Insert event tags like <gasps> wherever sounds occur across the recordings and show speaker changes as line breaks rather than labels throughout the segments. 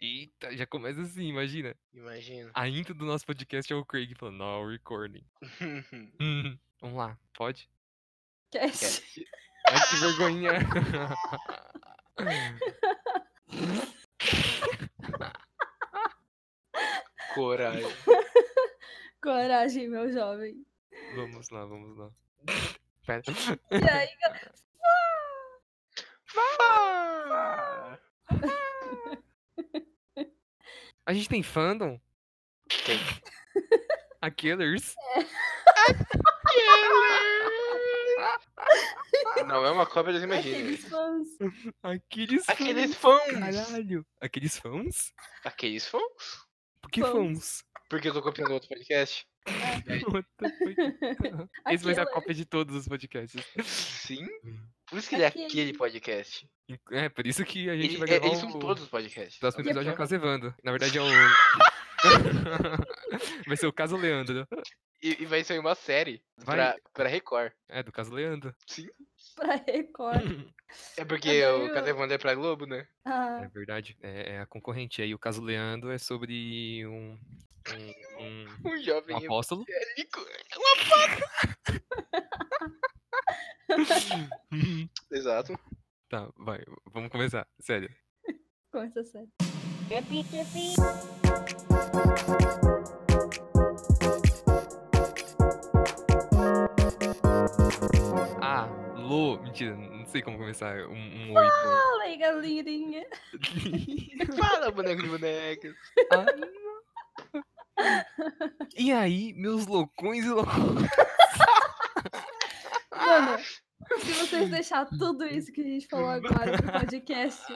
Eita, já começa assim, imagina.
<laughs> Imagina.
A intro do nosso podcast é o Craig falando, no recording. Hum, vamos lá, pode?
Cast.
Ai, que vergonhinha. <laughs>
Coragem.
<laughs> Coragem, meu jovem.
vamos lá, vamos lá. Pera.
E
<laughs>
aí,
Ah!
A gente tem fandom?
Tem.
A Killers?
Não é uma cópia dos
aqueles
Imagineers.
fãs.
Aqueles fãs.
Aqueles fãs.
Caralho. Aqueles fãs?
Aqueles fãs?
Por que
Fãs.
fãs?
Porque eu tô copiando outro podcast?
What the
<laughs>
fuck? Esse vai ser a
Aquela-
cópia de todos os podcasts.
Sim. Por isso que ele é
Aquele.
aquele podcast.
É, por isso que a gente
Ele-
vai
é-
gravar
eles
o...
são todos os podcasts.
O próximo
Depois-
episódio é o Caso Evandro. Na
<laughs>
verdade é o. <laughs> vai ser o Caso Leandro.
E, e vai sair uma série
Vai.
pra, pra Record.
É, do Caso Leandro.
pra
<laughs>
Record.
É porque
Adorei
o
o-
Cadevando é pra Globo, né?
Ah,
É verdade. É, é a concorrente. Aí o Caso Leandro é sobre um. um- um-
Um
um
jovem
apóstolo.
é.
evangélico. Exato.
tá, vai. Vamos começar. Sério.
começa sério.
Alô. Ah, Mentira, não sei como começar um, um oi. <laughs>
<laughs>
pro-
Fala aí, galerinha.
Fala, boneco de bonecas.
Ah, não. E aí, meus loucões e loucões. Ah!
Mano, se vocês deixar tudo isso que a gente falou agora pro podcast,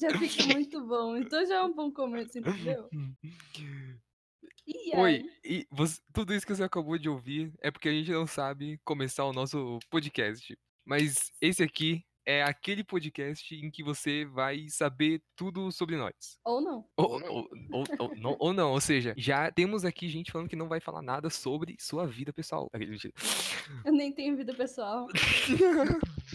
já fica muito bom. Então já é um bom começo, entendeu?
<laughs>
E aí?
Oi, e você- tudo isso que você acabou de ouvir é porque a gente não sabe começar o nosso podcast. Mas esse aqui é aquele podcast em que você vai saber tudo sobre nós.
Ou não.
Ou, ou- ou- ou não, ou não, ou seja, já temos aqui gente falando que não vai falar nada sobre sua vida pessoal. <laughs> Aquele mentira.
Eu nem tenho vida pessoal,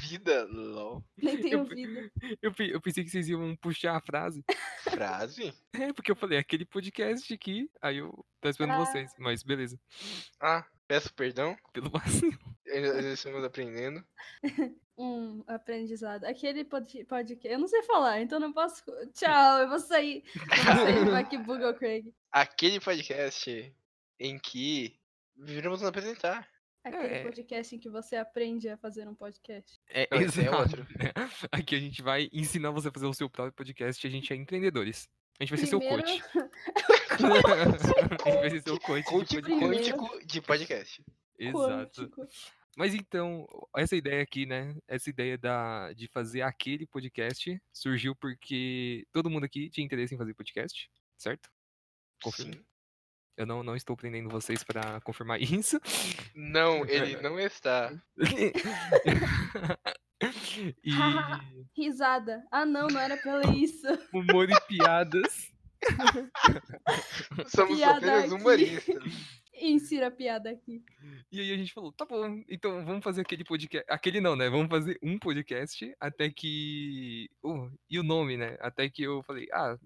Vida, lol.
nem tenho
Eu-
vida.
Eu, pe- eu pensei que vocês iam puxar a frase. <laughs>
Frase?
É, porque eu falei, aquele podcast aqui. Aí eu tô esperando vocês. Mas beleza,
Ah, peço perdão.
pelo <laughs> vacilo.
Ainda- ainda Estamos aprendendo.
Um aprendizado. Aquele pod- podcast. Eu não sei falar, então não posso. Tchau, eu vou sair. Eu vou sair, vai que buga o Craig.
Aquele podcast em que viramos nos apresentar.
Aquele
É.
podcast em que você aprende a fazer um podcast.
É,
Não, esse é
exato.
outro.
Aqui a gente vai ensinar você a fazer o seu próprio podcast e a gente é empreendedores. A gente vai ser
Primeiro- <laughs>
seu coach. <laughs> a gente vai ser seu coach.
Coach
de podcast.
primeiro.
quântico tipo de podcast.
Exato.
Quântico.
Mas então, essa ideia aqui, né? Essa ideia da, de fazer aquele podcast surgiu porque todo mundo aqui tinha interesse em fazer podcast, certo? Confirma.
Sim.
Eu não, não estou prendendo vocês para confirmar <laughs> isso.
Não, ele não
<laughs>
está.
e
Risada. Ah, não, não era pra ler isso. <laughs>
humor e piadas.
Somos
Piada
apenas
aqui.
humoristas. <laughs>
Insira a piada aqui.
E aí a gente falou, tá bom, então vamos fazer aquele podcast. Aquele não, né? Vamos fazer um podcast até que. Oh, e o nome, né? Até que eu falei, ah,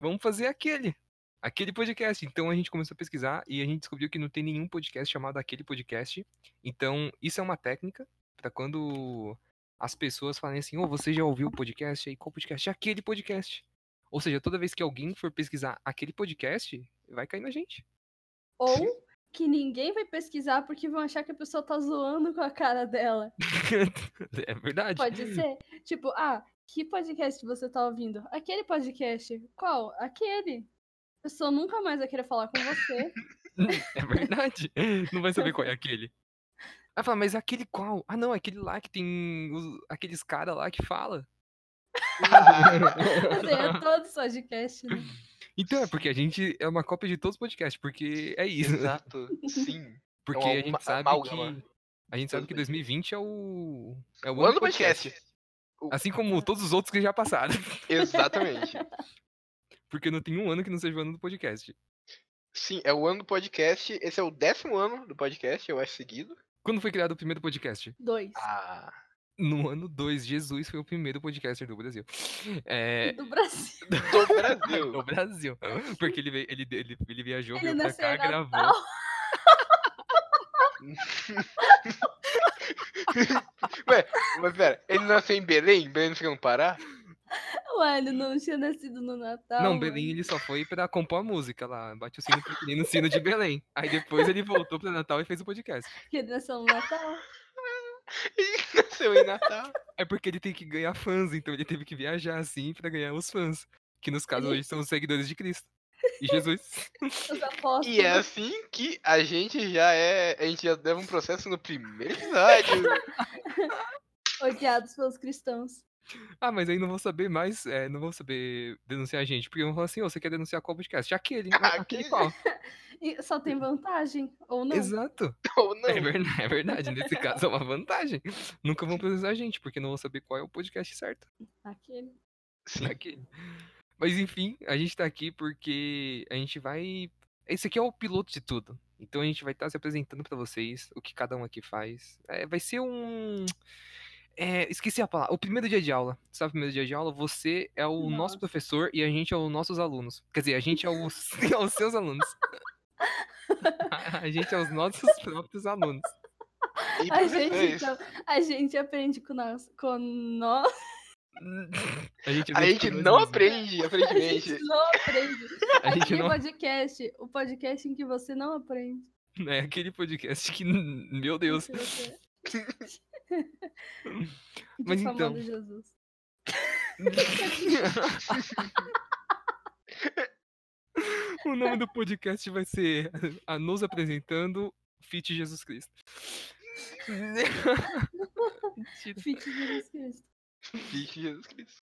vamos fazer aquele. Aquele podcast. Então a gente começou a pesquisar e a gente descobriu que não tem nenhum podcast chamado aquele podcast. Então, isso é uma técnica pra quando as pessoas falarem assim, ô, você já ouviu o podcast? Aí, qual podcast? É aquele podcast. Ou seja, toda vez que alguém for pesquisar aquele podcast, vai cair na gente. <laughs>
Ou que ninguém vai pesquisar porque vão achar que a pessoa tá zoando com a cara dela.
é verdade. <laughs>
Pode ser? Tipo, ah, que podcast você tá ouvindo? Aquele podcast. Qual? Aquele. A pessoa nunca mais vai querer falar com você.
É verdade. <laughs> Não vai saber qual é aquele. Ah, fala, mas aquele qual? Ah, não, aquele lá que tem os- aqueles caras lá que fala.
Eu tenho todos os podcasts, né?
Então é porque a gente é uma cópia de todos os podcasts, porque é isso.
Exato. Sim.
<laughs> Porque a
uma é
gente sabe
amálgama
que a gente sabe
todos
que
os
2020 é o é
O ano do podcast.
Assim como todos os outros que já passaram, <laughs>
Exatamente.
porque não tem um ano que não seja o ano do podcast.
Sim, é o ano do podcast. Esse é o décimo ano do podcast, eu acho, seguido.
Quando foi criado o primeiro podcast?
Dois.
Ah.
No ano 2, Jesus foi o primeiro podcaster do Brasil. <laughs> É,
Do Brasil. <laughs>
Do Brasil. Brasil. <laughs>
No Brasil. Porque ele, veio- ele, ele, ele viajou,
Ele
veio pra
nasceu
cá,
em
gravou.
Natal.
Mas pera, ele nasceu em Belém? Belém não fica no Pará?
Ué, ele não tinha nascido no Natal.
Não,
mano.
Belém ele só foi pra compor a música lá. Bate o sino pequenino, sino de Belém. Aí depois ele voltou pra Natal e fez o podcast.
Porque ele nasceu no Natal.
Ele <laughs> nasceu em Natal.
É porque ele tem que ganhar fãs, então ele teve que viajar assim pra ganhar os fãs. Que nos casos
Ele-
hoje são os seguidores de Cristo. E Jesus. <laughs>
Os apóstolos.
E é assim que a gente já é. A gente já leva um processo no primeiro <laughs> episódio.
é.
Odiados pelos cristãos.
Ah, mas aí não vou saber mais, é, não vou saber denunciar a gente. Porque vão falar assim, ô, você quer denunciar qual podcast? Aquele. <laughs> ah, Aquele
Aquele.
qual?
E só tem vantagem, ou não?
Exato.
Ou Então, não?
É verdade, <laughs> é verdade. Nesse caso é uma vantagem. Nunca vão processar a gente, porque não vão saber qual é o podcast certo.
Aquele.
<laughs>
Sim.
Aquele. Mas enfim, a gente tá aqui porque a gente vai. Esse aqui é o piloto de tudo. Então a gente vai estar se apresentando pra vocês o que cada um aqui faz. É, vai ser um. é, esqueci a palavra. O primeiro dia de aula. Sabe o primeiro dia de aula? Você é o nosso
Nossa.
professor e a gente é os nossos alunos. Quer dizer, a gente é
<laughs>
os, <laughs> é os seus alunos. a gente é os nossos <laughs> próprios alunos.
E
A
é
gente,
professores.
então, a gente aprende com nós. Com nós.
A gente,
A
aprende
gente
com nós
não
mesmos.
aprende,
A gente
<laughs> aparentemente.
não aprende.
A
<laughs>
gente
Aquele
não
podcast, o podcast em que você não aprende.
É aquele podcast que, meu Deus.
Que você-
<laughs>
<laughs>
Mas
Difamando
então.
Jesus.
o nome do podcast vai ser <laughs> A Nos Apresentando Fit Jesus Cristo. Mentira.
Fit Jesus Cristo.
Vixe, Jesus Cristo.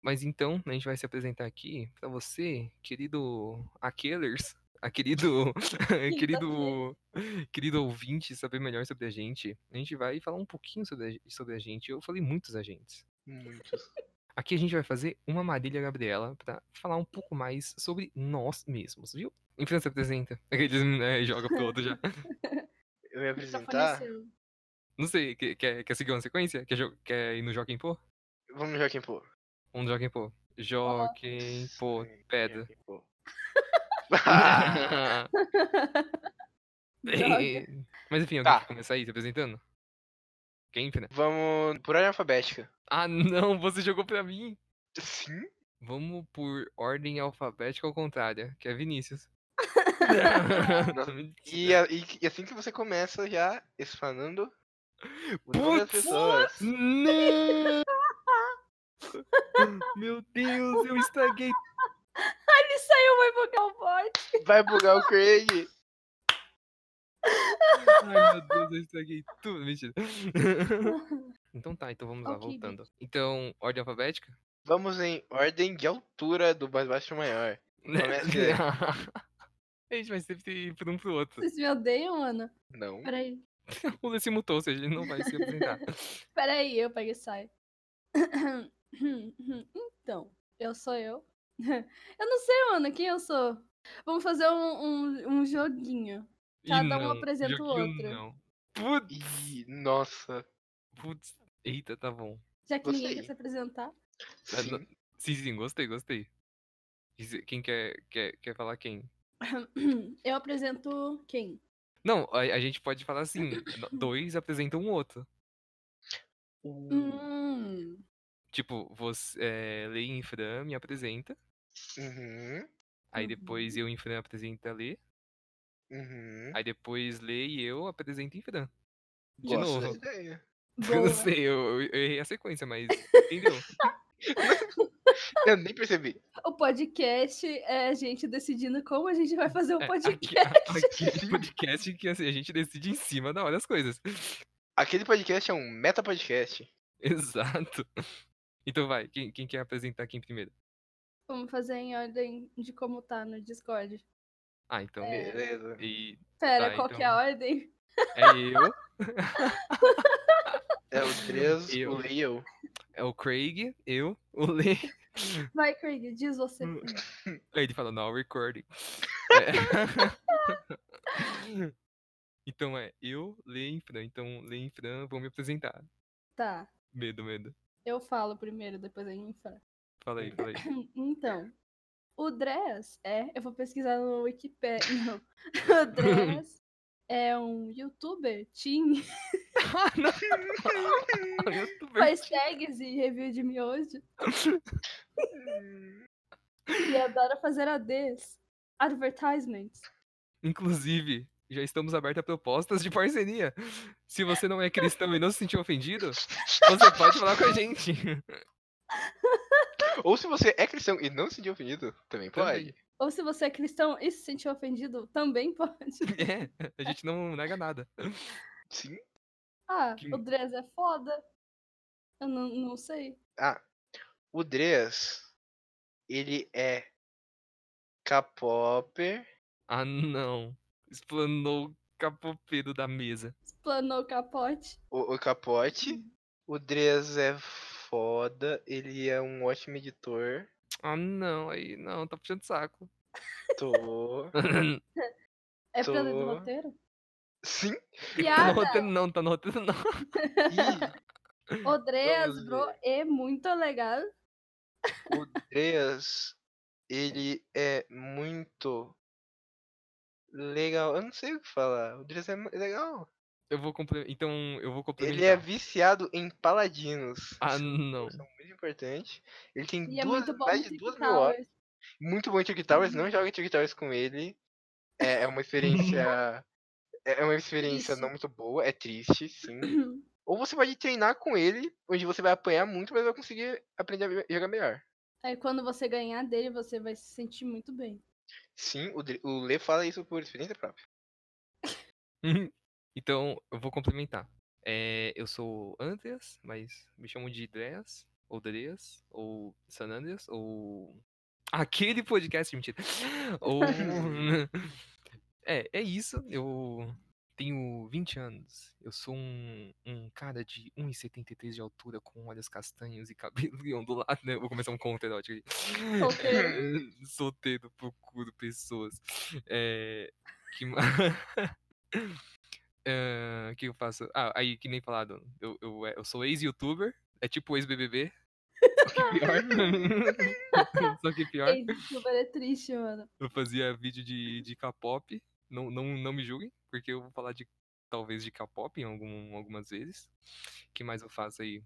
Mas então, a gente vai se apresentar aqui pra você, querido Aquelers, a querido, <laughs> querido, querido ouvinte, saber melhor sobre a gente. A gente vai falar um pouquinho sobre a, sobre a gente. Eu falei muitos agentes.
Muitos.
Aqui a gente vai fazer uma Marília Gabriela pra falar um pouco mais sobre nós mesmos, viu? Enfim, se apresenta. <laughs> Aqueles, né, joga pro outro já.
Eu ia
Já
Tá.
apresentar.
faleceu.
Não sei, quer, quer, quer seguir uma sequência? Quer, jo- quer ir no Joaquim Pô?
Vamos no Joaquim Pô.
Vamos no Joaquim Pô. Joaquim Pô, pedra.
Joaquim <laughs> Pô. Ah,
<laughs>
Droga.
Mas enfim, alguém
Tá.
quer começar aí se apresentando? Quem, né?
Vamos por ordem alfabética.
Ah, não, você jogou pra mim.
Sim?
Vamos por ordem alfabética ou contrária, que é Vinícius.
<laughs> E, a- e- e assim que você começa já explanando o nome das
Putz!
pessoas.
Não! <laughs> Meu Deus, eu estraguei.
Ele saiu, vai invocar o bot.
<laughs>
Vai bugar o Craig.
Ai, meu Deus, eu estraguei tudo.
<laughs>
Mentira. Então tá, então vamos lá,
Ok, Vic.
voltando. Então, ordem alfabética?
Vamos em ordem de altura do mais baixo ao maior. Começa
<laughs> A gente vai sempre ir por um pro outro.
Vocês me odeiam, Ana?
Não.
Peraí.
O Lê se mutou, ou seja, ele não vai se apresentar.
<laughs> Peraí, eu pego e saio. Então, eu sou eu. Eu não sei, Ana, quem eu sou. Vamos fazer um, um, um joguinho.
Ih,
Cada um
não,
apresenta o
Joaquim,
outro.
Não. Putz,
Ih, nossa.
putz. Eita, tá bom.
Já que ninguém
Gostei.
quer se apresentar. <clears throat>
Ah, não.
Sim.
Sim, sim, gostei, gostei. Diz- Quem quer, quer, quer falar quem?
Eu apresento quem?
Não, a, a gente pode falar assim, no- dois apresentam um outro.
Uh,
Hum,
Tipo, você, é, Lê e Fran me apresenta, Hum.
Uhum.
aí
Uhum.
depois eu e Fran apresenta a Lê,
Uhum.
<laughs> aí depois Lê e eu apresento em Fran. De
Gosto
novo.
dessa <laughs> ideia.
Eu
boa.
não <laughs> sei, eu, eu errei a sequência,
<laughs>
mas entendeu?
Eu nem percebi.
O podcast é a gente decidindo como a gente vai fazer
<laughs>
o
É,
podcast.
aqui, a- aqui é um podcast que assim, a gente decide em cima da hora as coisas. <laughs>
Aquele podcast é um meta podcast.
Exato. Então vai, quem, quem quer apresentar quem primeiro?
Vamos fazer em ordem de como tá no Discord.
Ah, então.
É.
Beleza.
E
Pera,
Tá,
qual que é
então.
a ordem?
é eu,
É o Dres,
Eu.
o Leo.
é o Craig, eu, o Lê. <laughs>
Vai, Craig, diz você.
Hum.
primeiro.
Aí ele fala, não, recording. É. <laughs> então é, eu, Lê e Fran. Então, Lê e Fran vão me apresentar.
Tá,
Medo, medo.
eu falo primeiro, depois a gente fala. <clears throat>
Fala aí, fala aí.
Então, o Dress é. Eu vou pesquisar no Wikipedia. <laughs> Não. O Dress é um youtuber teen.
Ah, não. <laughs> Youtuber.
Faz tags e review de miojo. e adora fazer ADs. Advertisements.
Inclusive, já estamos abertos a propostas de parceria. Se você não é cristão e não se sentiu ofendido, você pode falar com a gente. <laughs>
Ou se você é cristão e não se sentiu ofendido, também pode.
Também.
Ou se você é cristão e se sentiu ofendido, também <laughs> pode.
É, a gente não nega nada.
Sim.
Ah,
Que-
o Dress é foda. Eu não, não sei.
Ah, o Dreas, ele é K-popper.
Ah, não. Explanou o capopeiro da mesa.
Explanou o capote.
o, o capote. O Dres é foda, ele é um ótimo editor.
Ah, não, aí não, tá puxando saco. <laughs>
Tô.
É pra ler do
Tô.
roteiro?
Sim!
Tá no
Piada!
roteiro não, tá no roteiro não.
E
O Dress,
Vamos
bro, é muito legal.
o Dres, ele é muito legal. Eu não sei o que falar. O Dres é mu- legal.
Eu vou complementar. Então, eu vou complementar.
Ele é viciado em paladinos.
Ah,
Isso é
não.
uma coisa muito importante. Ele tem
E é
duas,
muito bom
mais
no
de duas
Trick
mil horas.
Towers.
muito bom em Trick Towers, não joga Trick Towers com ele. É, é uma <laughs> experiência. é uma experiência
Isso.
não muito boa, é triste, <clears throat> sim. Ou você pode treinar com ele, onde você vai apanhar muito, mas vai conseguir aprender a me- jogar melhor.
Aí é, quando você ganhar dele, você vai se sentir muito
<laughs>
bem.
Sim, o, Dre- o Lê fala isso por experiência própria.
Então, eu vou complementar. É, eu sou Andreas, mas me chamam de Dreas, ou Dreas, ou San Andreas, ou. <laughs> Aquele podcast, mentira. Ou. <laughs> é, é isso. Eu tenho 20 anos. Eu sou um, um cara de 1,73 de altura, com olhos castanhos e <laughs> cabelo ondulado. Né? Vou começar um conto erótico aqui.
Solteiro.
É, Solteiro, procuro pessoas. É, que ma- <laughs> Ah, que eu faço? Ah, aí, que nem falado, eu, eu, é- eu sou ex-youtuber, é tipo ex-BBB. Só que pior. <laughs> Só que pior.
Ei, Super é triste, mano.
<laughs> Eu fazia vídeo de, de K-pop. Não, não, não me julguem, porque eu vou falar de talvez de K-pop em algum, algumas vezes. que mais eu faço aí?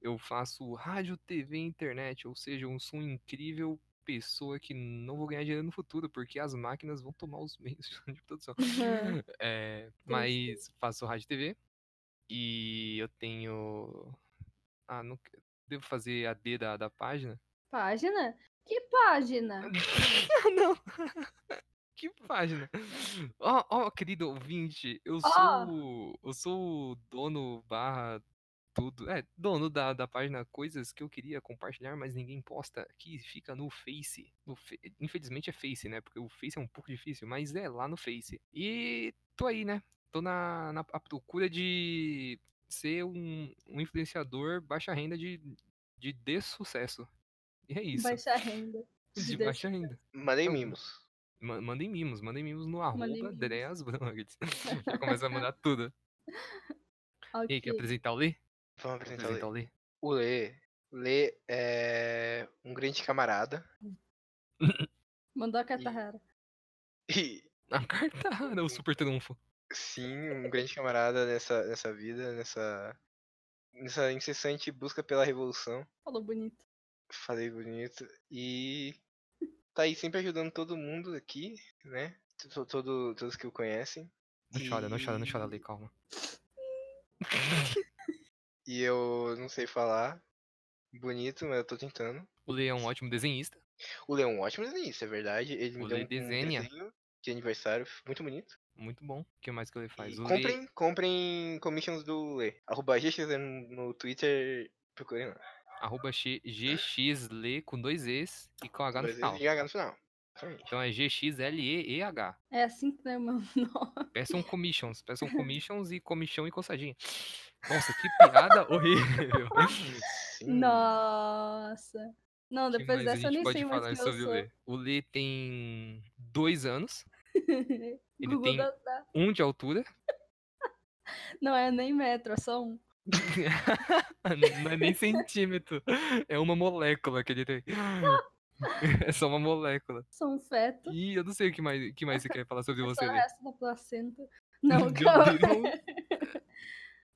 Eu faço rádio, TV e internet, ou seja, eu sou uma incrível pessoa que não vou ganhar dinheiro no futuro, porque as máquinas vão tomar os meios <laughs> de produção. É, mas faço rádio e TV. E eu tenho. Ah, não. Devo fazer AD da, da página?
Página? Que página?
Ah, não! que página? Ó, ó, querido ouvinte, eu
Ó.
sou. Eu sou o dono barra tudo. É, dono da, da página Coisas que eu queria compartilhar, mas ninguém posta. Que fica no Face. No Fe- Infelizmente é Face, né? Porque o Face é um pouco difícil, mas é lá no Face. E tô aí, né? Tô na, na à procura de ser um, um influenciador baixa renda de, de dessucesso. E é isso.
Baixa renda.
<laughs> de
de
baixa renda.
Mandei
Eu-
mimos.
Ma- Mandem mimos, mandem mimos no arroba
mimos.
Dreas
<laughs>
Brogues. <laughs> Já começa a mandar tudo. E aí, quer
Ok.
apresentar o Lê?
Vamos
Quer
apresentar o Lê.
apresentar o Lê?
O Lê. Lê é um grande camarada. <laughs>
Mandou a catarrara.
E
<laughs> A cartada, o Ah, super trunfo.
sim, um grande camarada nessa, nessa vida, nessa. Nessa incessante busca pela revolução.
Falou bonito.
Falei bonito. E tá aí sempre ajudando todo mundo aqui, né? To- to- Todo, todos que o conhecem.
Não chora, não chora, não chora,
E-
Lê, calma.
E eu não sei falar bonito, mas eu tô tentando.
O Lê é um ótimo desenhista.
O Leon é um ótimo desenhista, é verdade. Ele
O
me deu
Lê
um um
desenha.
desenho de aniversário f- muito bonito.
Muito bom. O que mais que o Lê faz?
E
O Lê-
comprem, comprem commissions do Lê. Arroba GXZ no no Twitter, procurem lá.
arroba X- GXLE com dois E's e com H no
Dois vezes
final.
e H no final. Exatamente.
Então é GXLEEH.
É assim que é o meu nome.
Peçam commissions, peçam commissions e comichão e coçadinha. Nossa, que
<laughs>
piada horrível.
Sim.
Nossa. Não,
que
depois
mais a
dessa eu
Hum. gente
nem
pode
sei mais
falar
quem eu
sobre o
sou. <laughs>
Lê? O Lê tem dois anos, Ele
Google
tem-
dá- dá-
um de altura.
Não é nem metro, é só um.
Não é nem centímetro. É uma molécula que ele tem. <laughs> É só uma molécula.
Sou um feto.
E eu não sei o que mais, que mais você quer falar sobre
É
você,
só o
né?
resto da placenta.
Meu <laughs>
<laughs> Não, calma.
Deus.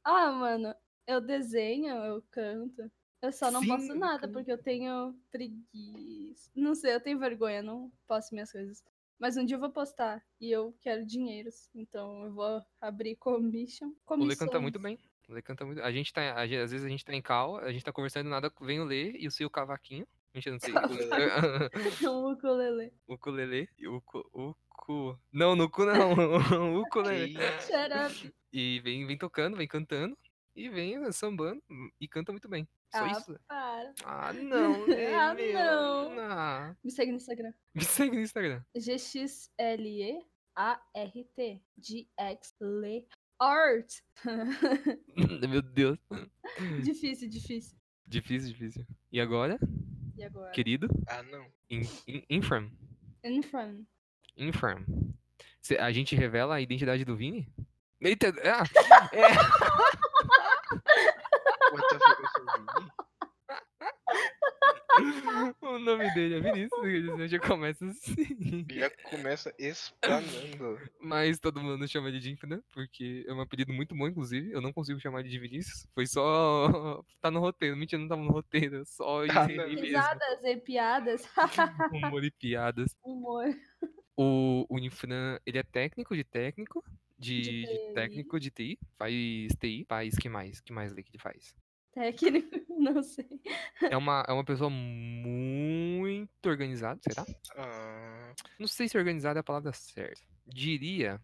Ah, mano, eu desenho, eu canto. Eu só não
Sim,
posso
eu
nada,
canto.
porque eu tenho preguiça. Não sei, eu tenho vergonha, não posso minhas coisas. Mas um dia eu vou postar e eu quero dinheiros. Então eu vou abrir commission.
O Lê canta
comissões.
muito bem. O Lê canta muito. A gente tá, a gen- às vezes a gente tá em cal, a gente tá conversando e nada, vem o Lê e o seu cavaquinho. Mentira, não sei.
<laughs> Um ukulele.
<laughs> O ukulele. E O cu, o cu. Não, no cu não. <laughs> O ukulele.
Que isso?
Shut up.
E vem, vem tocando, vem cantando. E vem eh, sambando. E canta muito bem. Só
Ah,
isso?
Para.
Ah, não, Lê,
<laughs> Ah,
meu.
não.
Ah.
Me segue no Instagram.
Me segue no Instagram.
G-X-L-E-A-R-T. G-X Le Art.
<laughs> Meu Deus. Hum.
difícil, difícil.
Difícil, difícil. E agora,
E agora?
querido?
Ah, não.
In, in, infirm.
Infram.
Infirm. Cê- a gente revela a identidade do Vini? Eita, ah, <laughs>
What the fuck eu sou ruim?
o nome dele é Vinícius, ele já começa assim.
Já começa explanando.
Mas todo mundo chama ele de Infirm, porque é um apelido muito bom, inclusive. Eu não consigo chamar ele de Vinícius. Foi só. <laughs> Tá no roteiro. Mentira, não tava no roteiro. Só
Tá,
ele
né?
mesmo.
Risadas e piadas. <laughs>
Humor e piadas.
Humor.
O, o Infran, ele é técnico de técnico, de, de
TI.
técnico de TI, faz TI, faz que mais? Que mais Lê, que ele faz?
Técnico, <laughs> não sei.
É uma, é uma pessoa muito organizada, será? <laughs>
Ah,
Não sei se organizada é a palavra certa. Diria.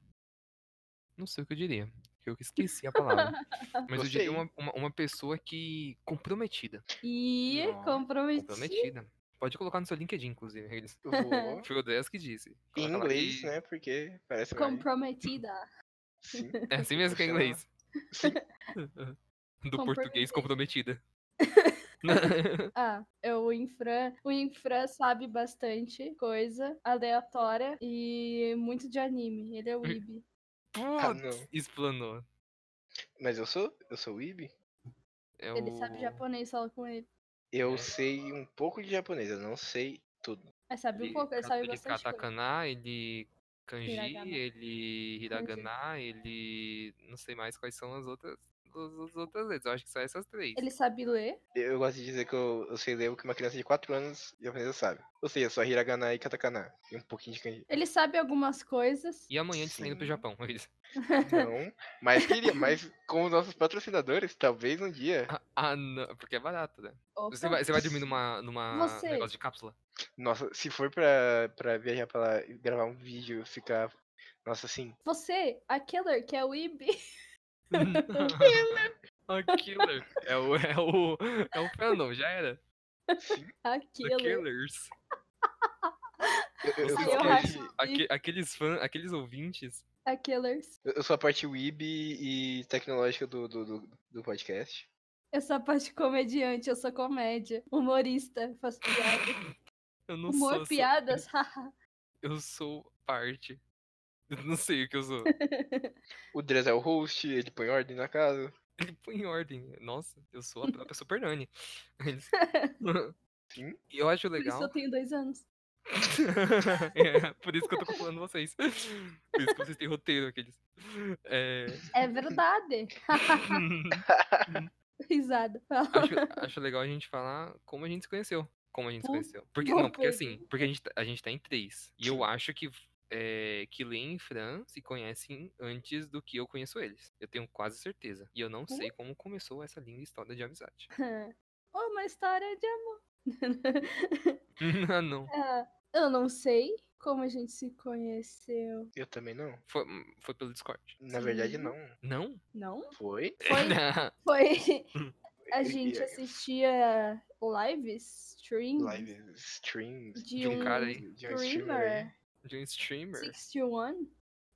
Não sei o que eu diria. que Eu esqueci a palavra. Mas eu diria
Gostei.
uma, uma, uma pessoa que. comprometida.
E
Nossa,
comprometido.
Comprometida. Pode colocar no seu LinkedIn, inclusive. Eles.
eu <laughs> vou.
Foi o 10 que disse.
Em
Coloca lá
inglês,
que-
né? Porque parece mais.
Comprometida.
<laughs> Sim.
É assim mesmo que é
Funciona.
inglês.
Sim.
<laughs> Do português
<laughs>
comprometida. <laughs>
Ah, eu, o Infran. O Infran sabe bastante coisa aleatória e muito de anime. Ele é o
Hum,
Ibi. um
Ah,
Putz,
não.
explanou.
Mas eu sou. Eu sou o Ibi?
É
Ele sabe
o-
japonês, fala com ele.
Eu
É.
sei um pouco de japonês, eu não sei tudo.
Mas sabe um
Ele,
pouco, ele
ka-
sabe
ele
bastante coisa.
katakana, ele kanji,
Hiragana.
ele hiragana, ele não sei mais quais são as outras as, as outras letras. Eu acho que são essas três.
Ele sabe ler.
Eu eu gosto de dizer que eu, eu sei ler o que uma criança de 4 anos japonesa sabe. Ou seja, só hiragana e katakana. E um pouquinho de
<laughs>
kanji.
Ele sabe algumas coisas.
E amanhã a gente tá indo pro
Sim.
Japão. <laughs> é isso.
Não, mas queria, mas com os nossos patrocinadores, talvez um dia.
Ah, ah, não, porque é barato, né? Você
Opa.
vai, você vai dormir numa, numa
Você.
negócio de cápsula?
<laughs>
<laughs>
Nossa, se for pra, pra viajar pra lá e gravar um vídeo, ficar. Nossa, assim.
Você, a Killer, que é o Ibi. <laughs>
A killer. É o, é o, é o fandom, já era.
Sim.
A
The
Killer.
Killers.
Eu, eu,
Vocês
sou a
eu
querem-
parte,
acho-
aque- aqueles fãs, aqueles ouvintes
A Killers.
eu- eu sou a parte web e tecnológica do, do, do, do podcast.
Eu sou a parte comediante, eu sou comédia. Humorista,
<laughs>
faço piada.
Eu não sou.
Humor,
essa-
piadas, haha.
Eu sou parte. <laughs> Eu não sei o que eu sou.
O Dres é o host, ele põe ordem na casa.
Ele põe em ordem. Nossa, eu sou
<laughs>
a própria Super Nani. Eles-
Sim.
E eu acho
Por isso
legal.
eu tenho dois anos.
<laughs> É, por isso que eu tô culpando vocês. Por isso que vocês têm roteiro aqueles.
<laughs>
É,
É verdade. <laughs> Risada.
acho, acho legal a gente falar como a gente se conheceu. Como a gente se
Bom-
conheceu. Porque,
Ah, boa
não, porque assim,
pergunta.
porque a gente, tá- a gente tá em três. E eu acho que. É, que Lê e Fran se conhecem antes do que eu conheço eles. Eu tenho quase certeza. E eu não sei como começou essa linda história de amizade. <laughs>
Uma história de amor.
ah, não.
Ah, eu não sei como a gente se conheceu.
Eu também não.
Foi, foi pelo Discord.
Na verdade,
Sim.
não.
Não? <laughs>
Não?
Foi?
Né?
Foi. foi... A
Eu-
gente
eu-
assistia lives, streams.
Live streams.
De
um cara aí.
de um streamer.
Streamer.
<laughs> De um streamer?
61.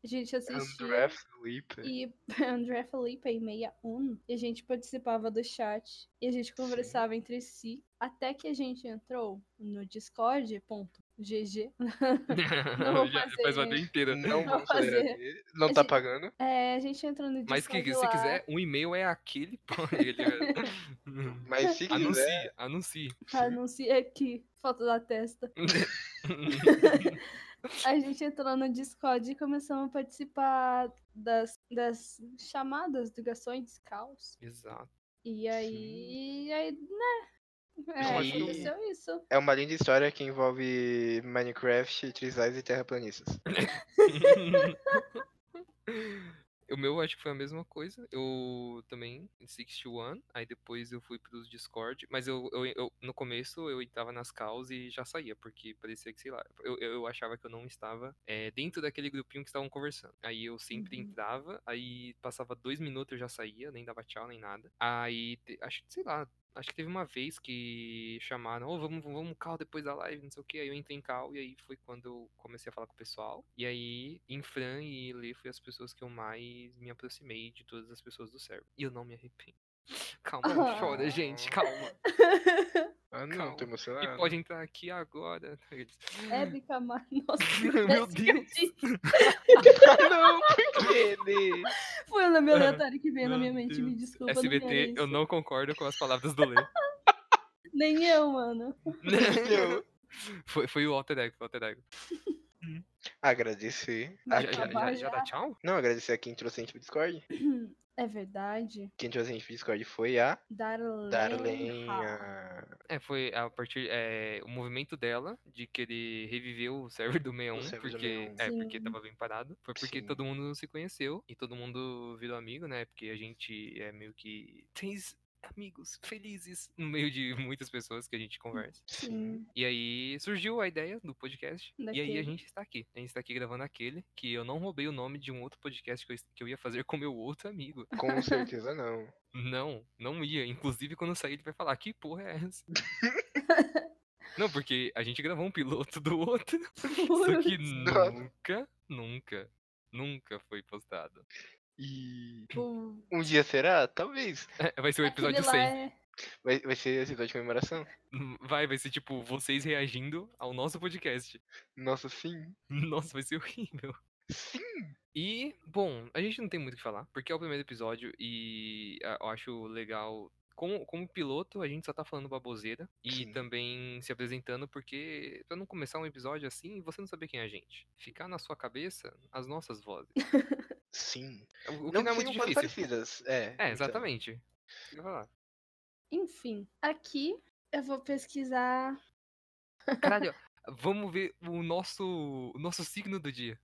A gente assistia.
André Felipe.
E <laughs> André Felipe em 61. E a gente participava do chat. E a gente conversava entre si. Até que a gente entrou no Discord. Ponto. GG.
Não,
vou
<laughs> já, já
fazer,
faz uma
né?
vida <laughs> inteira.
Não
Vou
vamos fazer.
fazer.
aqui. Não tá
Assim,
pagando.
É, a gente entra no
Mas que,
Discord
se
lá.
quiser, um e-mail é aquele. <laughs> pô, ele-
<laughs>
Mas
<laughs>
se quiser.
anuncie, anuncie.
Anuncia Ah, aqui, foto
<laughs>
da testa. A gente entrou no Discord e começamos a participar das, das chamadas do Gações Caos.
Exato.
E aí, e aí né? É,
acho que eu-
aconteceu isso.
É uma linda história que envolve Minecraft, trisais e terraplanistas.
<laughs> o meu acho que foi a mesma coisa. Eu também, em 61, aí depois eu fui pros Discord, mas eu, eu, eu- no começo eu entrava nas calls e já saía, porque parecia que, sei lá, eu, eu eu achava que eu não estava é, dentro daquele grupinho que estavam conversando. Aí eu sempre
Uhum.
entrava, aí passava dois minutos eu já saía, nem dava tchau, nem nada. Aí, te- acho que, sei lá, Acho que teve uma vez que chamaram, ô, vamos, vamos cal depois da live, não sei o que. Aí eu entrei em cal e aí foi quando eu comecei a falar com o pessoal. E aí, em Fran e Lê foi as pessoas que eu mais me aproximei de todas as pessoas do server. E eu não me arrependo. <laughs> Calma, não
Ah.
chora, gente, calma.
Ah, não,
Calma.
tô emocionado.
E pode entrar aqui agora. Eles,
Ébica Mar. Nossa,
<laughs> Meu
parece que eu
Deus.
disse.
<laughs> Ah, não, por quê?
<laughs>
Ney?
Foi o nome aleatório que veio na
Meu
minha mente, me
Deus.
desculpa. não era
SBT, eu
isso.
não concordo com as palavras do Lê.
<laughs>
<laughs>
Nem eu, mano.
Eu
foi, foi o alter ego, o alter ego.
Agradecer.
Vai
Já, já,
a quem-
já,
acabar
já dá tchau?
Não, agradecer a quem trouxe a gente pro tipo Discord.
É verdade.
Quem trouxe a gente pro Discord foi a
Darlenha.
Darlenha.
É, foi a partir é, o movimento dela de querer reviver o server do 61,
server do
porque
61.
é porque
Sim.
tava bem parado, foi porque
Sim.
todo mundo se conheceu e todo mundo virou amigo, né? Porque a gente é meio que três amigos felizes no meio de muitas pessoas que a
Hum.
gente conversa.
<laughs> Sim.
E aí surgiu a ideia do podcast e aí
Daquele.
a gente está aqui. A gente está aqui gravando aquele que eu não roubei o nome de um outro podcast que eu, que eu ia fazer com meu outro amigo.
Com
<laughs>
certeza não.
Não, não ia. Inclusive, quando eu sair, ele vai falar: Que porra é essa?
<laughs>
não, porque a gente gravou um piloto do outro. <laughs> Isso que
<laughs>
Nossa.
nunca, nunca, nunca foi postado.
E
O-
um dia será? Talvez.
É, vai ser o
tipo, Aquele
episódio
lá
100.
é-
Vai, vai ser esse episódio de comemoração.
Hum, Vai, vai ser tipo vocês reagindo ao nosso podcast. <laughs>
Nossa, sim.
Nossa, vai ser horrível.
Sim.
E, bom, a gente não tem muito o que falar, porque é o primeiro episódio e ah, eu acho legal. Como, como piloto, a gente só tá falando baboseira e
Sim.
também se apresentando, porque pra não começar um episódio assim e você não saber quem é a gente. Ficar na sua cabeça as nossas vozes.
Sim.
O, o que
não
não é
que um
muito
sejam coisas
difícil.
parecidas. É, então.
É, exatamente. Isso que eu ia falar.
Enfim, aqui eu vou pesquisar.
Caralho, vamos ver o nosso, o nosso signo do dia.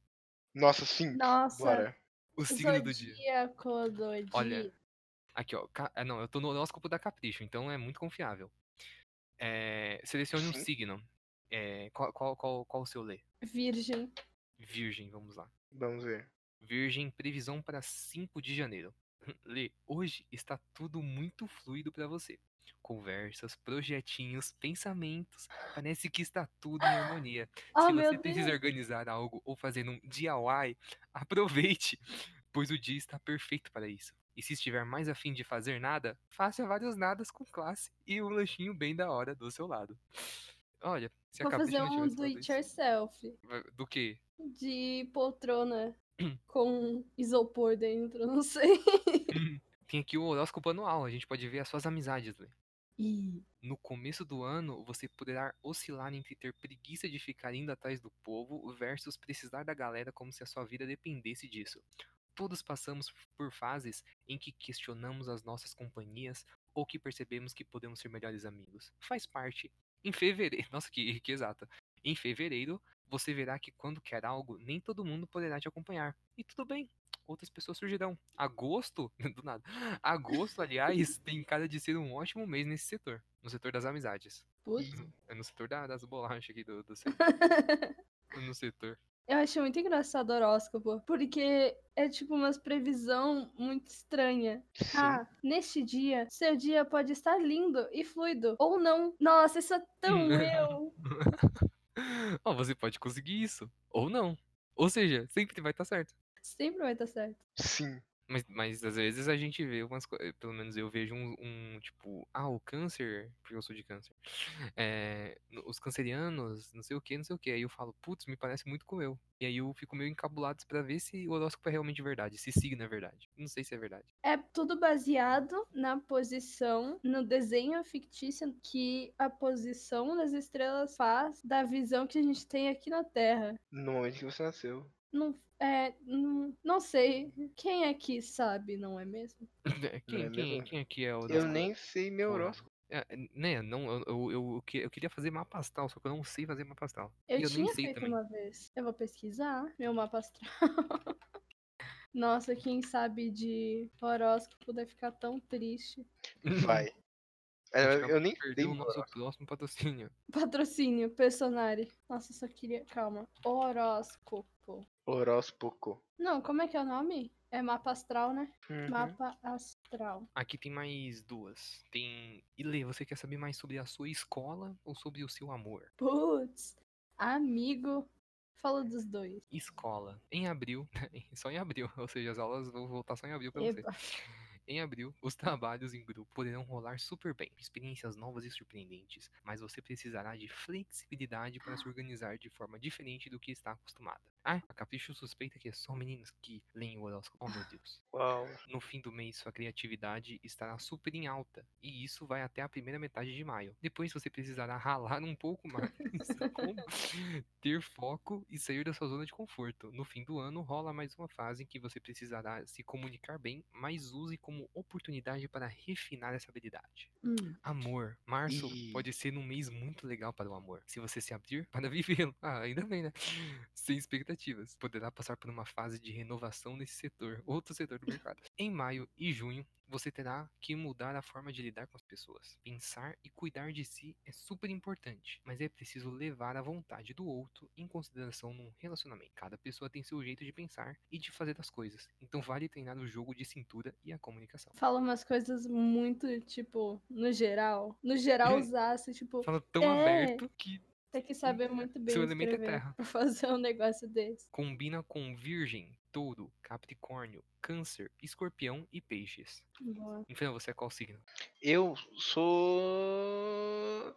Nossa, sim.
Nossa,
Bora.
O
o
signo do dia.
zodíaco do dia.
Olha. Aqui, ó. ca- ah, Não, eu tô no horóscopo da Capricho, então é muito confiável. É, selecione um
Sim.
signo. É, qual, qual, qual, qual o seu lê?
Virgem.
Virgem, vamos lá.
Vamos ver.
Virgem, previsão para 5 de janeiro. <laughs> Lê, hoje está tudo muito fluido para você. Conversas, projetinhos, pensamentos. Parece que está tudo em harmonia.
Oh,
Se
meu
você precisa
Deus.
organizar algo ou fazer um DIY, <laughs> aproveite, pois o dia está perfeito para isso. E se estiver mais afim de fazer nada, faça vários nadas com classe e um lanchinho bem da hora do seu lado. Olha, se
Vou
acabou
fazer um do it
do,
yourself
do que?
de
<clears throat>
poltrona com isopor dentro, <laughs> não sei.
Tem aqui o horóscopo anual, a gente pode ver as suas amizades, Lê.
Ih,
No começo do ano, você poderá oscilar entre ter preguiça de ficar indo atrás do povo versus precisar da galera como se a sua vida dependesse disso. Todos passamos por fases em que questionamos as nossas companhias ou que percebemos que podemos ser melhores amigos. Faz parte. Em fevereiro. <laughs> Nossa, que, que exata. Em fevereiro, você verá que quando quer algo, nem todo mundo poderá te acompanhar. E tudo bem, outras pessoas surgirão. Agosto, <laughs> do nada. Agosto, aliás, tem cara de ser um ótimo mês nesse setor. No setor das amizades.
putz.
É no setor da- das bolachas aqui do, do setor. no setor.
Eu achei muito engraçado o horóscopo, porque é tipo umas previsão muito estranha.
Sim.
Ah, neste dia, seu dia pode estar lindo e fluido, ou não. Nossa, isso é
<laughs>
tão eu.
Ó, você pode conseguir isso. Ou não. Ou seja, sempre vai estar certo.
Sempre vai estar certo.
Sim.
Mas, mas às vezes a gente vê umas coisas. Pelo menos eu vejo um, um, tipo, ah, o câncer, porque eu sou de câncer. é, no- os cancerianos, não sei o que, não sei o que. Aí eu falo, putz, me parece muito com eu. E aí eu fico meio encabulado pra ver se o horóscopo é realmente verdade, se signo é verdade. Não sei se é verdade.
É tudo baseado na posição, no desenho fictício que a posição das estrelas faz da visão que a gente tem aqui na Terra.
No momento que você nasceu.
Não, é, não, não sei. Quem aqui sabe, não é mesmo?
Quem, quem,
é mesmo?
quem aqui é o
Eu
horóscopo?
nem sei meu
Porra.
horóscopo.
É, né, não, eu, eu, eu, eu que- eu queria fazer mapa astral, só que eu não sei fazer mapa astral.
Eu,
e eu
tinha
nem sei
feito
também.
uma vez. Eu vou pesquisar meu mapa astral. <laughs> Nossa, quem sabe de horóscopo deve ficar tão triste.
<laughs>
Vai.
A gente
Eu,
acabou
eu
de
nem
perder
sei.
o nosso próximo patrocínio.
Patrocínio, personari. Nossa, eu só queria. Calma. Horóscopo.
Horóscopo.
Não, como é que é o nome? É mapa astral, né?
Uhum.
Mapa astral.
Aqui tem mais duas. Tem. Ile, você quer saber mais sobre a sua escola ou sobre o seu amor?
Putz, amigo. Fala dos dois.
Escola. Em abril. <laughs> Só em abril. <laughs> Ou seja, as aulas vão voltar só em abril pra você.
Eba.
Em abril, os trabalhos em grupo poderão rolar super bem, experiências novas e surpreendentes, mas você precisará de flexibilidade para se organizar de forma diferente do que está acostumada. Ah, a Capricho suspeita que é só meninos que leem o horóscopo. Oh, meu Deus.
Uau.
No fim do mês, sua criatividade estará super em alta, e isso vai até a primeira metade de maio. Depois você precisará ralar um pouco mais, como ter foco e sair da sua zona de conforto. No fim do ano, rola mais uma fase em que você precisará se comunicar bem, mas use como oportunidade para refinar essa habilidade.
Hum.
Amor. Março
Ih.
pode ser um mês muito legal para o amor, se você se abrir <laughs> para vivê-lo. Ah, ainda bem, né? Sem expectativas. Poderá passar por uma fase de renovação nesse setor, outro setor do mercado. Em maio e junho, você terá que mudar a forma de lidar com as pessoas. Pensar e cuidar de si é super importante, mas é preciso levar a vontade do outro em consideração num relacionamento. Cada pessoa tem seu jeito de pensar e de fazer as coisas, então vale treinar o jogo de cintura e a comunicação.
Fala umas coisas muito, tipo, no geral. No
<laughs>
geral, usasse, tipo,
Fala tão
É.
aberto que
tem que saber muito bem
Seu elemento é
escrever
terra.
pra fazer um negócio desse.
combina com virgem, touro, capricórnio, câncer, escorpião e peixes.
Boa.
Enfim, você é qual signo?
Eu sou.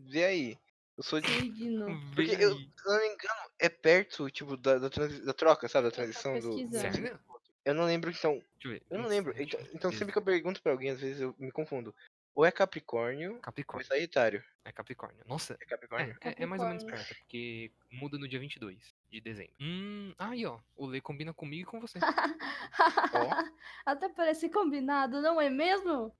Vê aí. Eu sou de.
<laughs> Signo.
Porque
Vê
eu-
aí.
Se eu não me engano, é perto, tipo, da, da, transi- da troca, sabe? Da
tô
transição do. do-
pesquisando.
Sério?
Eu não lembro, então.
Deixa ver.
Eu não
Nossa,
lembro.
deixa
Então,
eu-
então
beleza.
sempre que eu pergunto pra alguém, às vezes eu me confundo. Ou é Capricórnio, ou é
Capricórnio.
Sagitário.
É Capricórnio. Nossa,
É
<laughs>
Capricórnio?
é, é- é mais ou menos
Capricórnio.
perto, porque muda no dia 22 de dezembro. Hum, aí ó, o Lê combina comigo e com você.
<laughs>
Ó.
Até parece combinado, não é mesmo?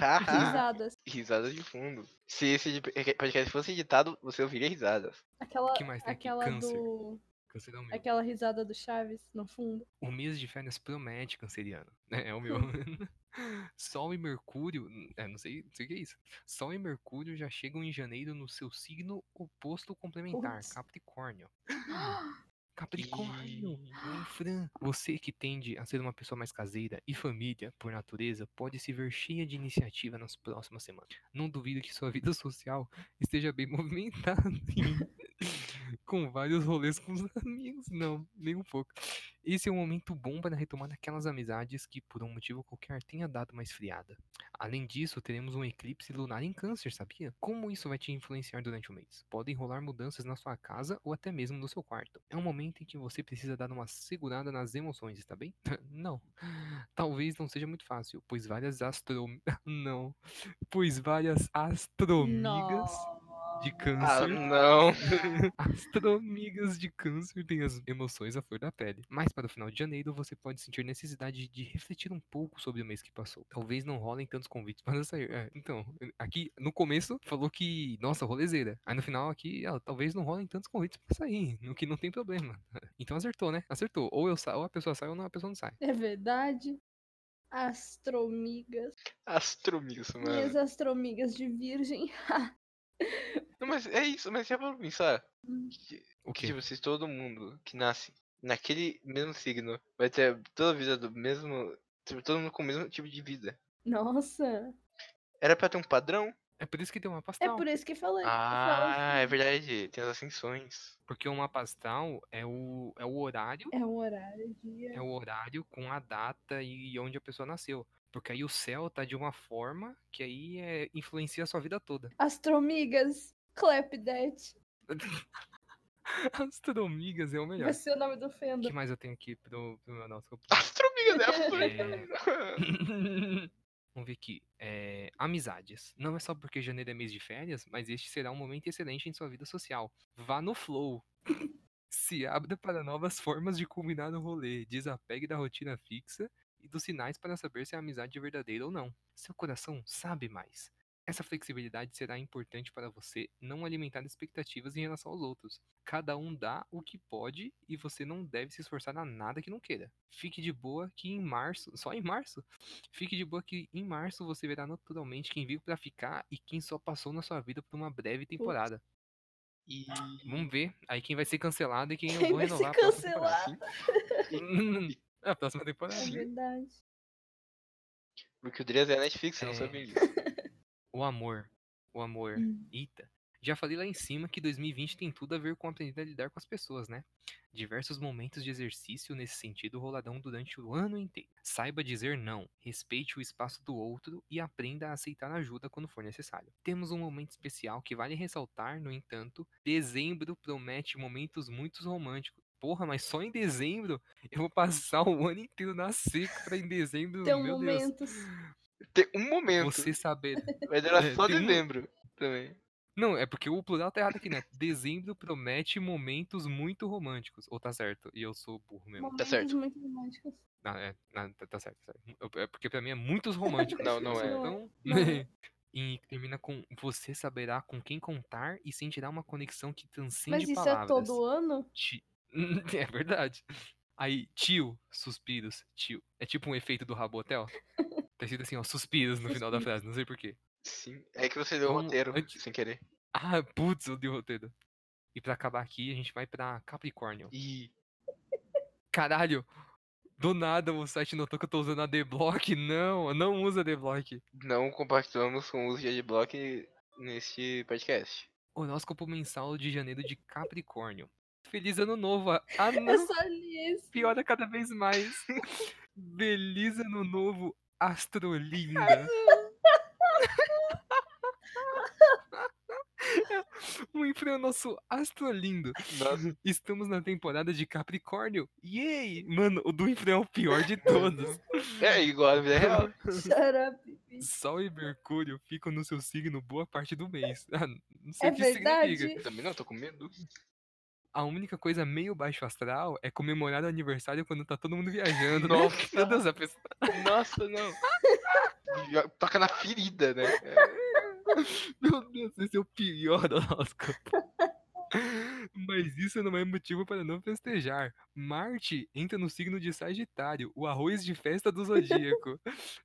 Ah.
Haha.
Risadas.
<laughs> risada de fundo. Se esse de- podcast fosse editado, você ouviria risadas.
Aquela,
que mais tem aqui?
aquela
Câncer.
do.
Câncer é o meu.
Aquela risada do Chaves no fundo.
O mês de férias promete canceriano. né? É o meu. <laughs> Sol e Mercúrio. n- É, não sei, não sei o que é isso. Sol e Mercúrio já chegam em janeiro no seu signo oposto complementar,
Putz.
Capricórnio. <gasps> Capricórnio, Oi, Fran. Você que tende a ser uma pessoa mais caseira e família por natureza, pode se ver cheia de iniciativa nas próximas semanas. Não duvido que sua vida <laughs> social esteja bem movimentada, e com vários rolês com os amigos. Não, nem um pouco. Esse é um momento bom para retomar aquelas amizades que, por um motivo qualquer, tenha dado uma esfriada. Além disso, teremos um eclipse lunar em câncer, sabia? Como isso vai te influenciar durante o mês? Podem rolar mudanças na sua casa ou até mesmo no seu quarto. É um momento em que você precisa dar uma segurada nas emoções, está bem? <laughs> não. Talvez não seja muito fácil, pois várias astro... <laughs> não. Pois várias astromigas de
Ah,
câncer...
não. <laughs>
Astromigas de câncer têm as emoções à flor da pele. Mas para o final de janeiro, você pode sentir necessidade de refletir um pouco sobre o mês que passou. Talvez não rolem tantos convites <laughs> para sair. É, então, aqui no começo falou que, nossa, rolezeira. Aí no final aqui, ah, talvez não rolem tantos convites para sair, no que não tem problema. <laughs> Então acertou, né? Acertou. Ou, eu sa ou a pessoa sai ou não, a pessoa não sai.
<laughs> É verdade. Astromigas.
Astromigas,
Minhas
mano.
astromigas de virgem. <laughs>
Não, mas é isso, mas já pra pensar. Que,
O
que
quê?
tipo, se todo mundo que nasce naquele mesmo signo vai ter toda a vida do mesmo. Tipo, todo mundo com o mesmo tipo de vida.
Nossa.
Era pra ter um padrão?
É por isso que tem uma
É
pastel.
por isso que eu falei. eu
Ah, é
falo
verdade. Tem as ascensões. <laughs>
Porque uma pastel é o, é o horário
assim, é um horário, dia.
é o horário com a data e onde a pessoa nasceu. Porque aí o céu tá de uma forma que aí é, influencia a sua vida toda. <laughs>
Astromigas, Clapdat.
Astromigas é o melhor.
Vai ser o nome do
O
Fenda.
que mais eu tenho aqui pro, pro meu horóscopo?
Astromiga, né?
<laughs> Vamos ver aqui. É, amizades. Não é só porque janeiro é mês de férias, mas este será um momento excelente em sua vida social. Vá no flow. <laughs> Se abra para novas formas de culminar o rolê. Desapegue da rotina fixa e dos sinais para saber se a amizade é verdadeira ou não. Seu coração sabe mais. Essa flexibilidade será importante para você não alimentar expectativas em relação aos outros. Cada um dá o que pode e você não deve se esforçar a nada que não queira. Fique de boa que em março, só em março, Fique de boa que em março você verá naturalmente quem veio pra ficar e quem só passou na sua vida por uma breve temporada.
E
Vamos ver aí quem vai ser cancelado e
<laughs>
quem, eu
Quem
vou
vai ser
renovar a próxima temporada. É <laughs> a próxima
<laughs>
temporada.
É verdade.
porque o Drias é a Netflix, eu não
É.
sabia disso.
O amor. O
É.
amor.
Hum.
Eita. Já falei lá em cima que 2020 tem tudo a ver com aprender a lidar com as pessoas, né? Diversos momentos de exercício nesse sentido rolarão durante o ano inteiro. Saiba dizer não, respeite o espaço do outro e aprenda a aceitar ajuda quando for necessário. Temos um momento especial que vale ressaltar, no entanto, dezembro promete momentos muito românticos. Porra, mas só em dezembro eu vou passar o ano inteiro na seca pra em dezembro,
Tem um
meu Deus.
momentos.
Tem um momento.
Você saber
Vai durar
É,
só
tem um-
dezembro também.
Não, é porque o plural tá errado aqui, né? Dezembro promete momentos muito românticos. Ou tá certo? E eu sou burro mesmo.
Momentos
Tá certo.
muito
<laughs>
românticos.
Ah, é, ah, tá, tá certo, tá certo. Eu- É porque pra mim é muitos românticos.
Não, <laughs> não
isso,
é.
Então...
Não é.
<laughs> e termina com você saberá com quem contar e sentirá uma conexão que transcende
Mas isso
palavras.
é todo ano?
Ti- <laughs> É verdade. Aí, tio, suspiros, tio. É tipo um efeito do
<laughs>
Rabotel. Tá escrito assim, ó, suspiros no final da
Suspiros.
frase, não sei porquê.
Sim. É que você deu o
Vamos-
roteiro,
Então, antes-
sem querer.
Ah, putz, eu dei o roteiro. E pra acabar aqui, a gente vai pra Capricórnio.
E
Caralho, do nada o site notou que eu tô usando a D-Block. Não, não usa D-Block.
não compactuamos com o uso de adblock neste podcast.
Horóscopo mensal de janeiro de Capricórnio. Feliz ano novo. a- Ah,
Eu
não,
só li
<laughs>
esse.
piora cada vez mais. Feliz ano novo, astrolinda. <laughs> Um para o nosso astrolindo. <laughs>
Nossa,
Estamos na temporada de Capricórnio. Yay! Mano, o do Infra é o pior de todos.
é igual a vida real.
Shut up.
Sol e Mercúrio ficam no seu signo boa parte do mês. <laughs> Ah, não sei
É
o que isso significa.
verdade?
Eu também não, tô com medo.
A única coisa meio baixo astral é comemorar o aniversário quando tá todo mundo viajando. né?
Nossa.
Meu Deus, a pessoa...
Nossa, não. Já Toca na ferida, né?
Meu Deus, esse é o pior <laughs> do horóscopo. Mas isso não é motivo para não festejar. Marte entra no signo de Sagitário, o arroz de festa do
<laughs>
zodíaco.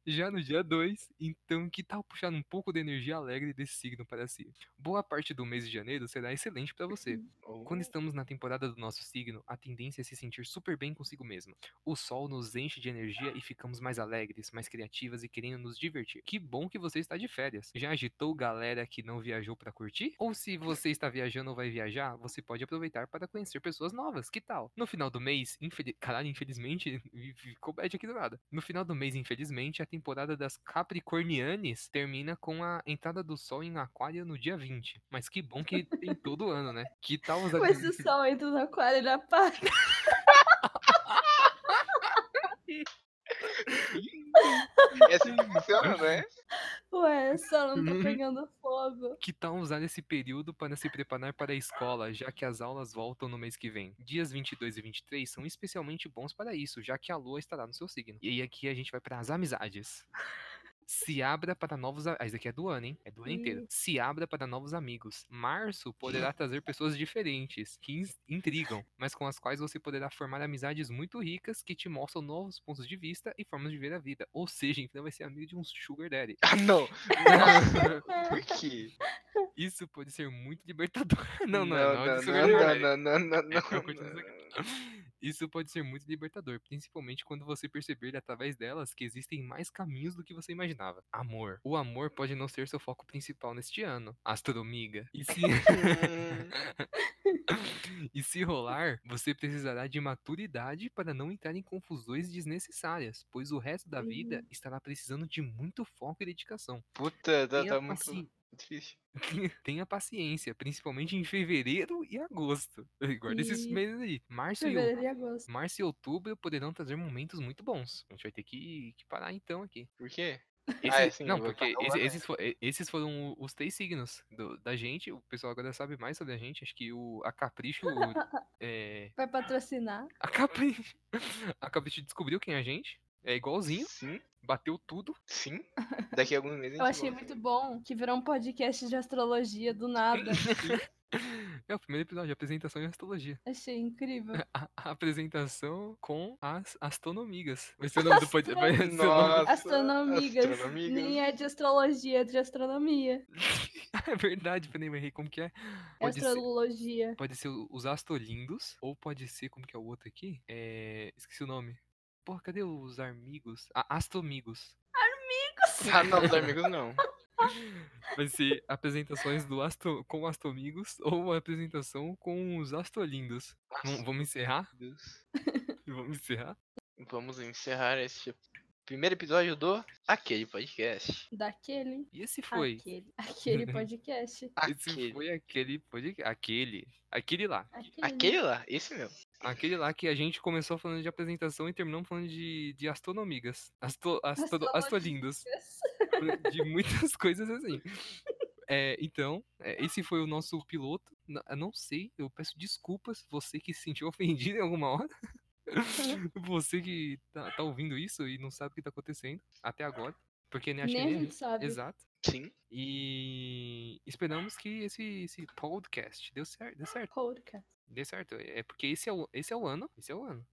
Já no dia 2, então que tal puxar um pouco da energia alegre desse signo para si? Boa parte do mês de janeiro será excelente para você.
Uhum.
Quando estamos na temporada do nosso signo, a tendência é se sentir super bem consigo mesmo. O sol nos enche de energia e ficamos mais alegres, mais criativas e querendo nos divertir. Que bom que você está de férias. Já agitou galera que não viajou pra curtir? Ou se você está viajando ou vai viajar, você pode aproveitar para conhecer pessoas novas. Que tal? No final do mês, infeli... caralho, infelizmente, <laughs> ficou bad aqui do nada. No final do mês, infelizmente, a temporada das Capricornianes termina com a entrada do sol em Aquário no dia 20. Mas que bom que tem todo ano, né? Que tal os
Mas o
amigos-
sol entra no aquário e na parte.
É assim que funciona, né?
Ué, só não
Uhum.
tá pegando fogo.
Que tal usar esse período para se preparar para a escola, já que as aulas voltam no mês que vem? Dias 22 e 23 são especialmente bons para isso, já que a lua estará no seu signo. E aí aqui a gente vai para as amizades. Se abra para novos. a- Ah, isso aqui é do ano, hein? É do ano inteiro. Se abra para novos amigos. Março poderá trazer pessoas diferentes, que ins- intrigam, mas com as quais você poderá formar amizades muito ricas que te mostram novos pontos de vista e formas de ver a vida. Ou seja, então vai ser amigo de um Sugar Daddy.
Ah,
<laughs>
não. Nossa, por quê?
Isso pode ser muito libertador. <laughs> Não, não, é, não, é
não,
do
não,
Sugar Daddy.
não, não, não,
É,
não,
eu
não,
continuo
não.
isso aqui. Isso pode ser muito libertador, principalmente quando você perceber através delas que existem mais caminhos do que você imaginava. Amor. O amor pode não ser seu foco principal neste ano, astromiga. E
<laughs>
se,
Hum,
e se rolar, você precisará de maturidade para não entrar em confusões desnecessárias, pois o resto da
Uhum.
vida estará precisando de muito foco e dedicação.
<laughs> Puta, tá,
Tenha
tá muito
assim.
paci-
difícil.
Tenha paciência, principalmente em fevereiro e agosto. <laughs> Guarda esses
E-
meses aí. Março e
Fevereiro e agosto.
Março e outubro poderão trazer momentos muito bons. A gente vai ter que, que parar então aqui.
Por quê?
Esse-
é, sim,
não,
vai
porque
parar lá,
esse-
né?
esses, fo- e- esses foram o- os três signos do- da gente. O pessoal agora sabe mais sobre a gente. Acho que o, a Capricho.
<laughs>
é,
Vai patrocinar.
a Capricho. <laughs> A Capricho descobriu quem é a gente. É igualzinho.
Sim,
Bateu tudo.
sim. Daqui a alguns meses
Eu
a gente
achei
volta.
muito bom que virou um podcast de astrologia
<laughs>
do nada.
É o primeiro episódio, apresentação e astrologia. <laughs>
Achei incrível.
A, a apresentação com as astronomigas. Vai ser o nome do podcast. Vai ser o nome...
<laughs> Nossa,
Astronomigas.
astronomigas.
Nem é de astrologia, é de astronomia.
<laughs> É verdade, peraí, eu errei como que é.
É
Pode ser-
astrologia.
Pode ser o- os Astolindos, ou pode ser, como que é o outro aqui? É. Esqueci o nome. Porra, cadê os Armigos? Ah, Astomigos. <laughs>
Ah, não, os amigos não.
Vai ser apresentações do Asto... com Astomigos ou uma apresentação com os Astolindos. Não, vamos encerrar?
Meu Deus.
Vamos encerrar?
Vamos encerrar esse primeiro episódio do Aquele Podcast.
Daquele.
E esse foi.
Aquele.
<laughs>
Aquele podcast.
Esse
Aquele.
foi aquele podcast. Aquele. Aquele lá.
Aquele. <laughs>
Aquele lá, esse mesmo.
Aquele lá que a gente começou falando de apresentação e terminamos falando de, de astronomigas. Asto... Asto...
Astrologia.
Astolindos. por- <laughs> de muitas coisas assim. É, então, é, esse foi o nosso piloto. N- Eu não sei, eu peço desculpas você que se sentiu <laughs> ofendido em alguma hora. <laughs> você que tá, tá ouvindo isso e não sabe o que tá acontecendo até agora. Porque nem achei
Nem a
nem.
gente sabe.
Exato.
Sim.
E esperamos que esse, esse podcast deu certo, deu certo,
Podcast.
deu certo. É porque esse é o, esse é o ano, esse é o ano.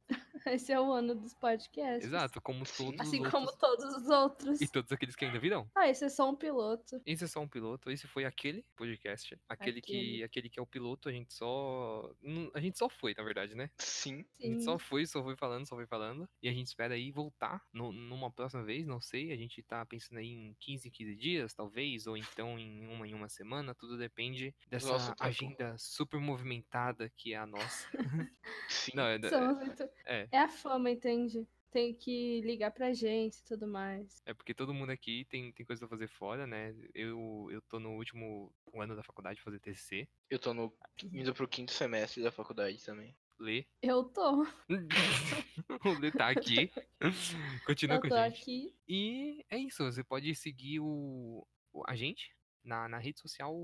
Esse é o ano dos podcasts.
Exato,
<laughs>
como
Sim.
todos
é Assim
os
como
outros
todos os outros.
e todos aqueles que ainda virão.
Ah, esse é só um piloto.
Esse é só um piloto, esse foi aquele podcast, aquele, Que,
Aquele.
aquele que é o piloto, a gente só não- a gente só foi, na verdade, né?
Sim.
A
Sim.
gente só foi, só foi falando, só foi falando, e a gente espera aí voltar no- numa próxima vez, não sei, a gente tá pensando aí em 15, 15 dias, talvez, ou então em uma em uma semana, tudo depende dessa
nosso tempo.
agenda super movimentada que é a nossa.
<laughs> Sim.
Não, é, da-
Somos muito-
é.
é a fama, entende? Tem que ligar pra gente e tudo mais.
É porque todo mundo aqui tem, tem coisa pra fazer fora, né? Eu, eu tô no último ano da faculdade fazer TCC,
Eu tô no, indo pro quinto semestre da faculdade também.
ler.
Eu tô.
<laughs> o Lê tá aqui. Continua
Eu
com
tô
a gente.
aqui.
E é isso. Você pode seguir o, o- a gente na, na rede social,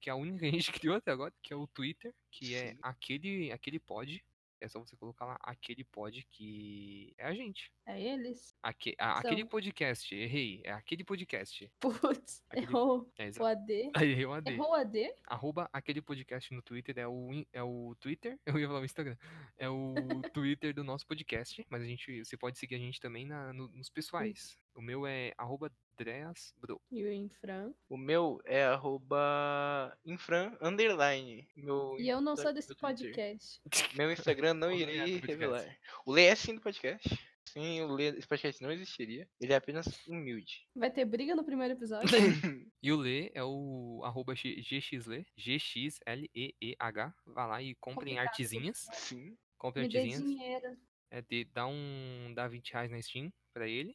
que é a única que a gente <laughs> criou até agora, que é o Twitter, que é
Sim.
aquele, aquele pod. É só você colocar lá aquele pod que é a gente.
É eles? <laughs>
Aque, a- aquele
São.
podcast, errei. É aquele podcast.
Putz,
Aquele-
errou
É
o
exato.
AD.
<laughs> Aí errei o AD.
Errou o AD?
Arroba aquele podcast no Twitter é o, in- é o Twitter, <laughs> eu ia falar o Instagram, é o Twitter do nosso podcast, mas a gente, você pode seguir a gente também na, no- nos pessoais. O meu é arroba dreasbro.
E o Infran.
O meu é arroba infran underline. Meu,
E eu não
Tá
sou
aqui
desse
no Twitter.
podcast.
meu Instagram não
Ou não é do
irei
podcast.
revelar. O Lê é sim do podcast. Sim, o Lê, esse podcast não existiria. Ele é apenas humilde.
Vai ter briga no primeiro episódio?
E o Lê é o arroba G- gxle, gxleeh, vai lá e comprem
Complicado.
artezinhas,
Sim.
comprem
Me dê
artezinhas,
dinheiro.
é de, dá um, dá 20 reais na Steam pra
<laughs>
ele,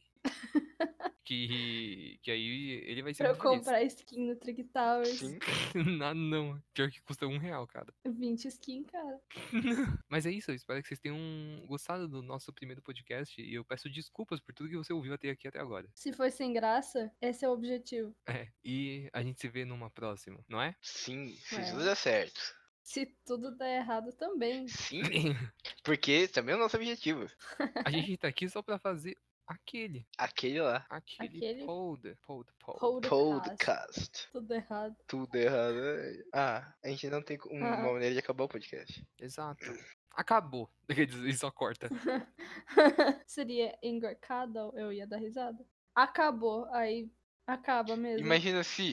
que, que aí ele vai ser
Pra eu
muito feliz.
comprar skin no Trick Towers.
Sim.
<laughs> Ah, não, pior que custa um real, cara.
20 skin, cara.
Mas é isso, eu espero que vocês tenham gostado do nosso primeiro podcast e eu peço desculpas por tudo que você ouviu até aqui até agora. <laughs>
Se for sem graça, esse é o objetivo.
É, e a gente se vê numa próxima, não é?
Sim. Se
É.
tudo dá certo.
Se tudo der errado também.
Sim. Porque esse também é o nosso objetivo.
A gente tá aqui só pra fazer aquele,
Aquele lá.
aquele,
Aquele-
pod, pod, pod.
é Podcast.
Podcast.
Tudo errado. <laughs>
Tudo errado. Ah, a gente não tem co- uma
Ah.
maneira de acabar o podcast.
Exato. Acabou. <laughs> Quer dizer, ele só corta.
Seria engarcada, eu ia dar risada. Acabou, aí acaba mesmo.
Imagina se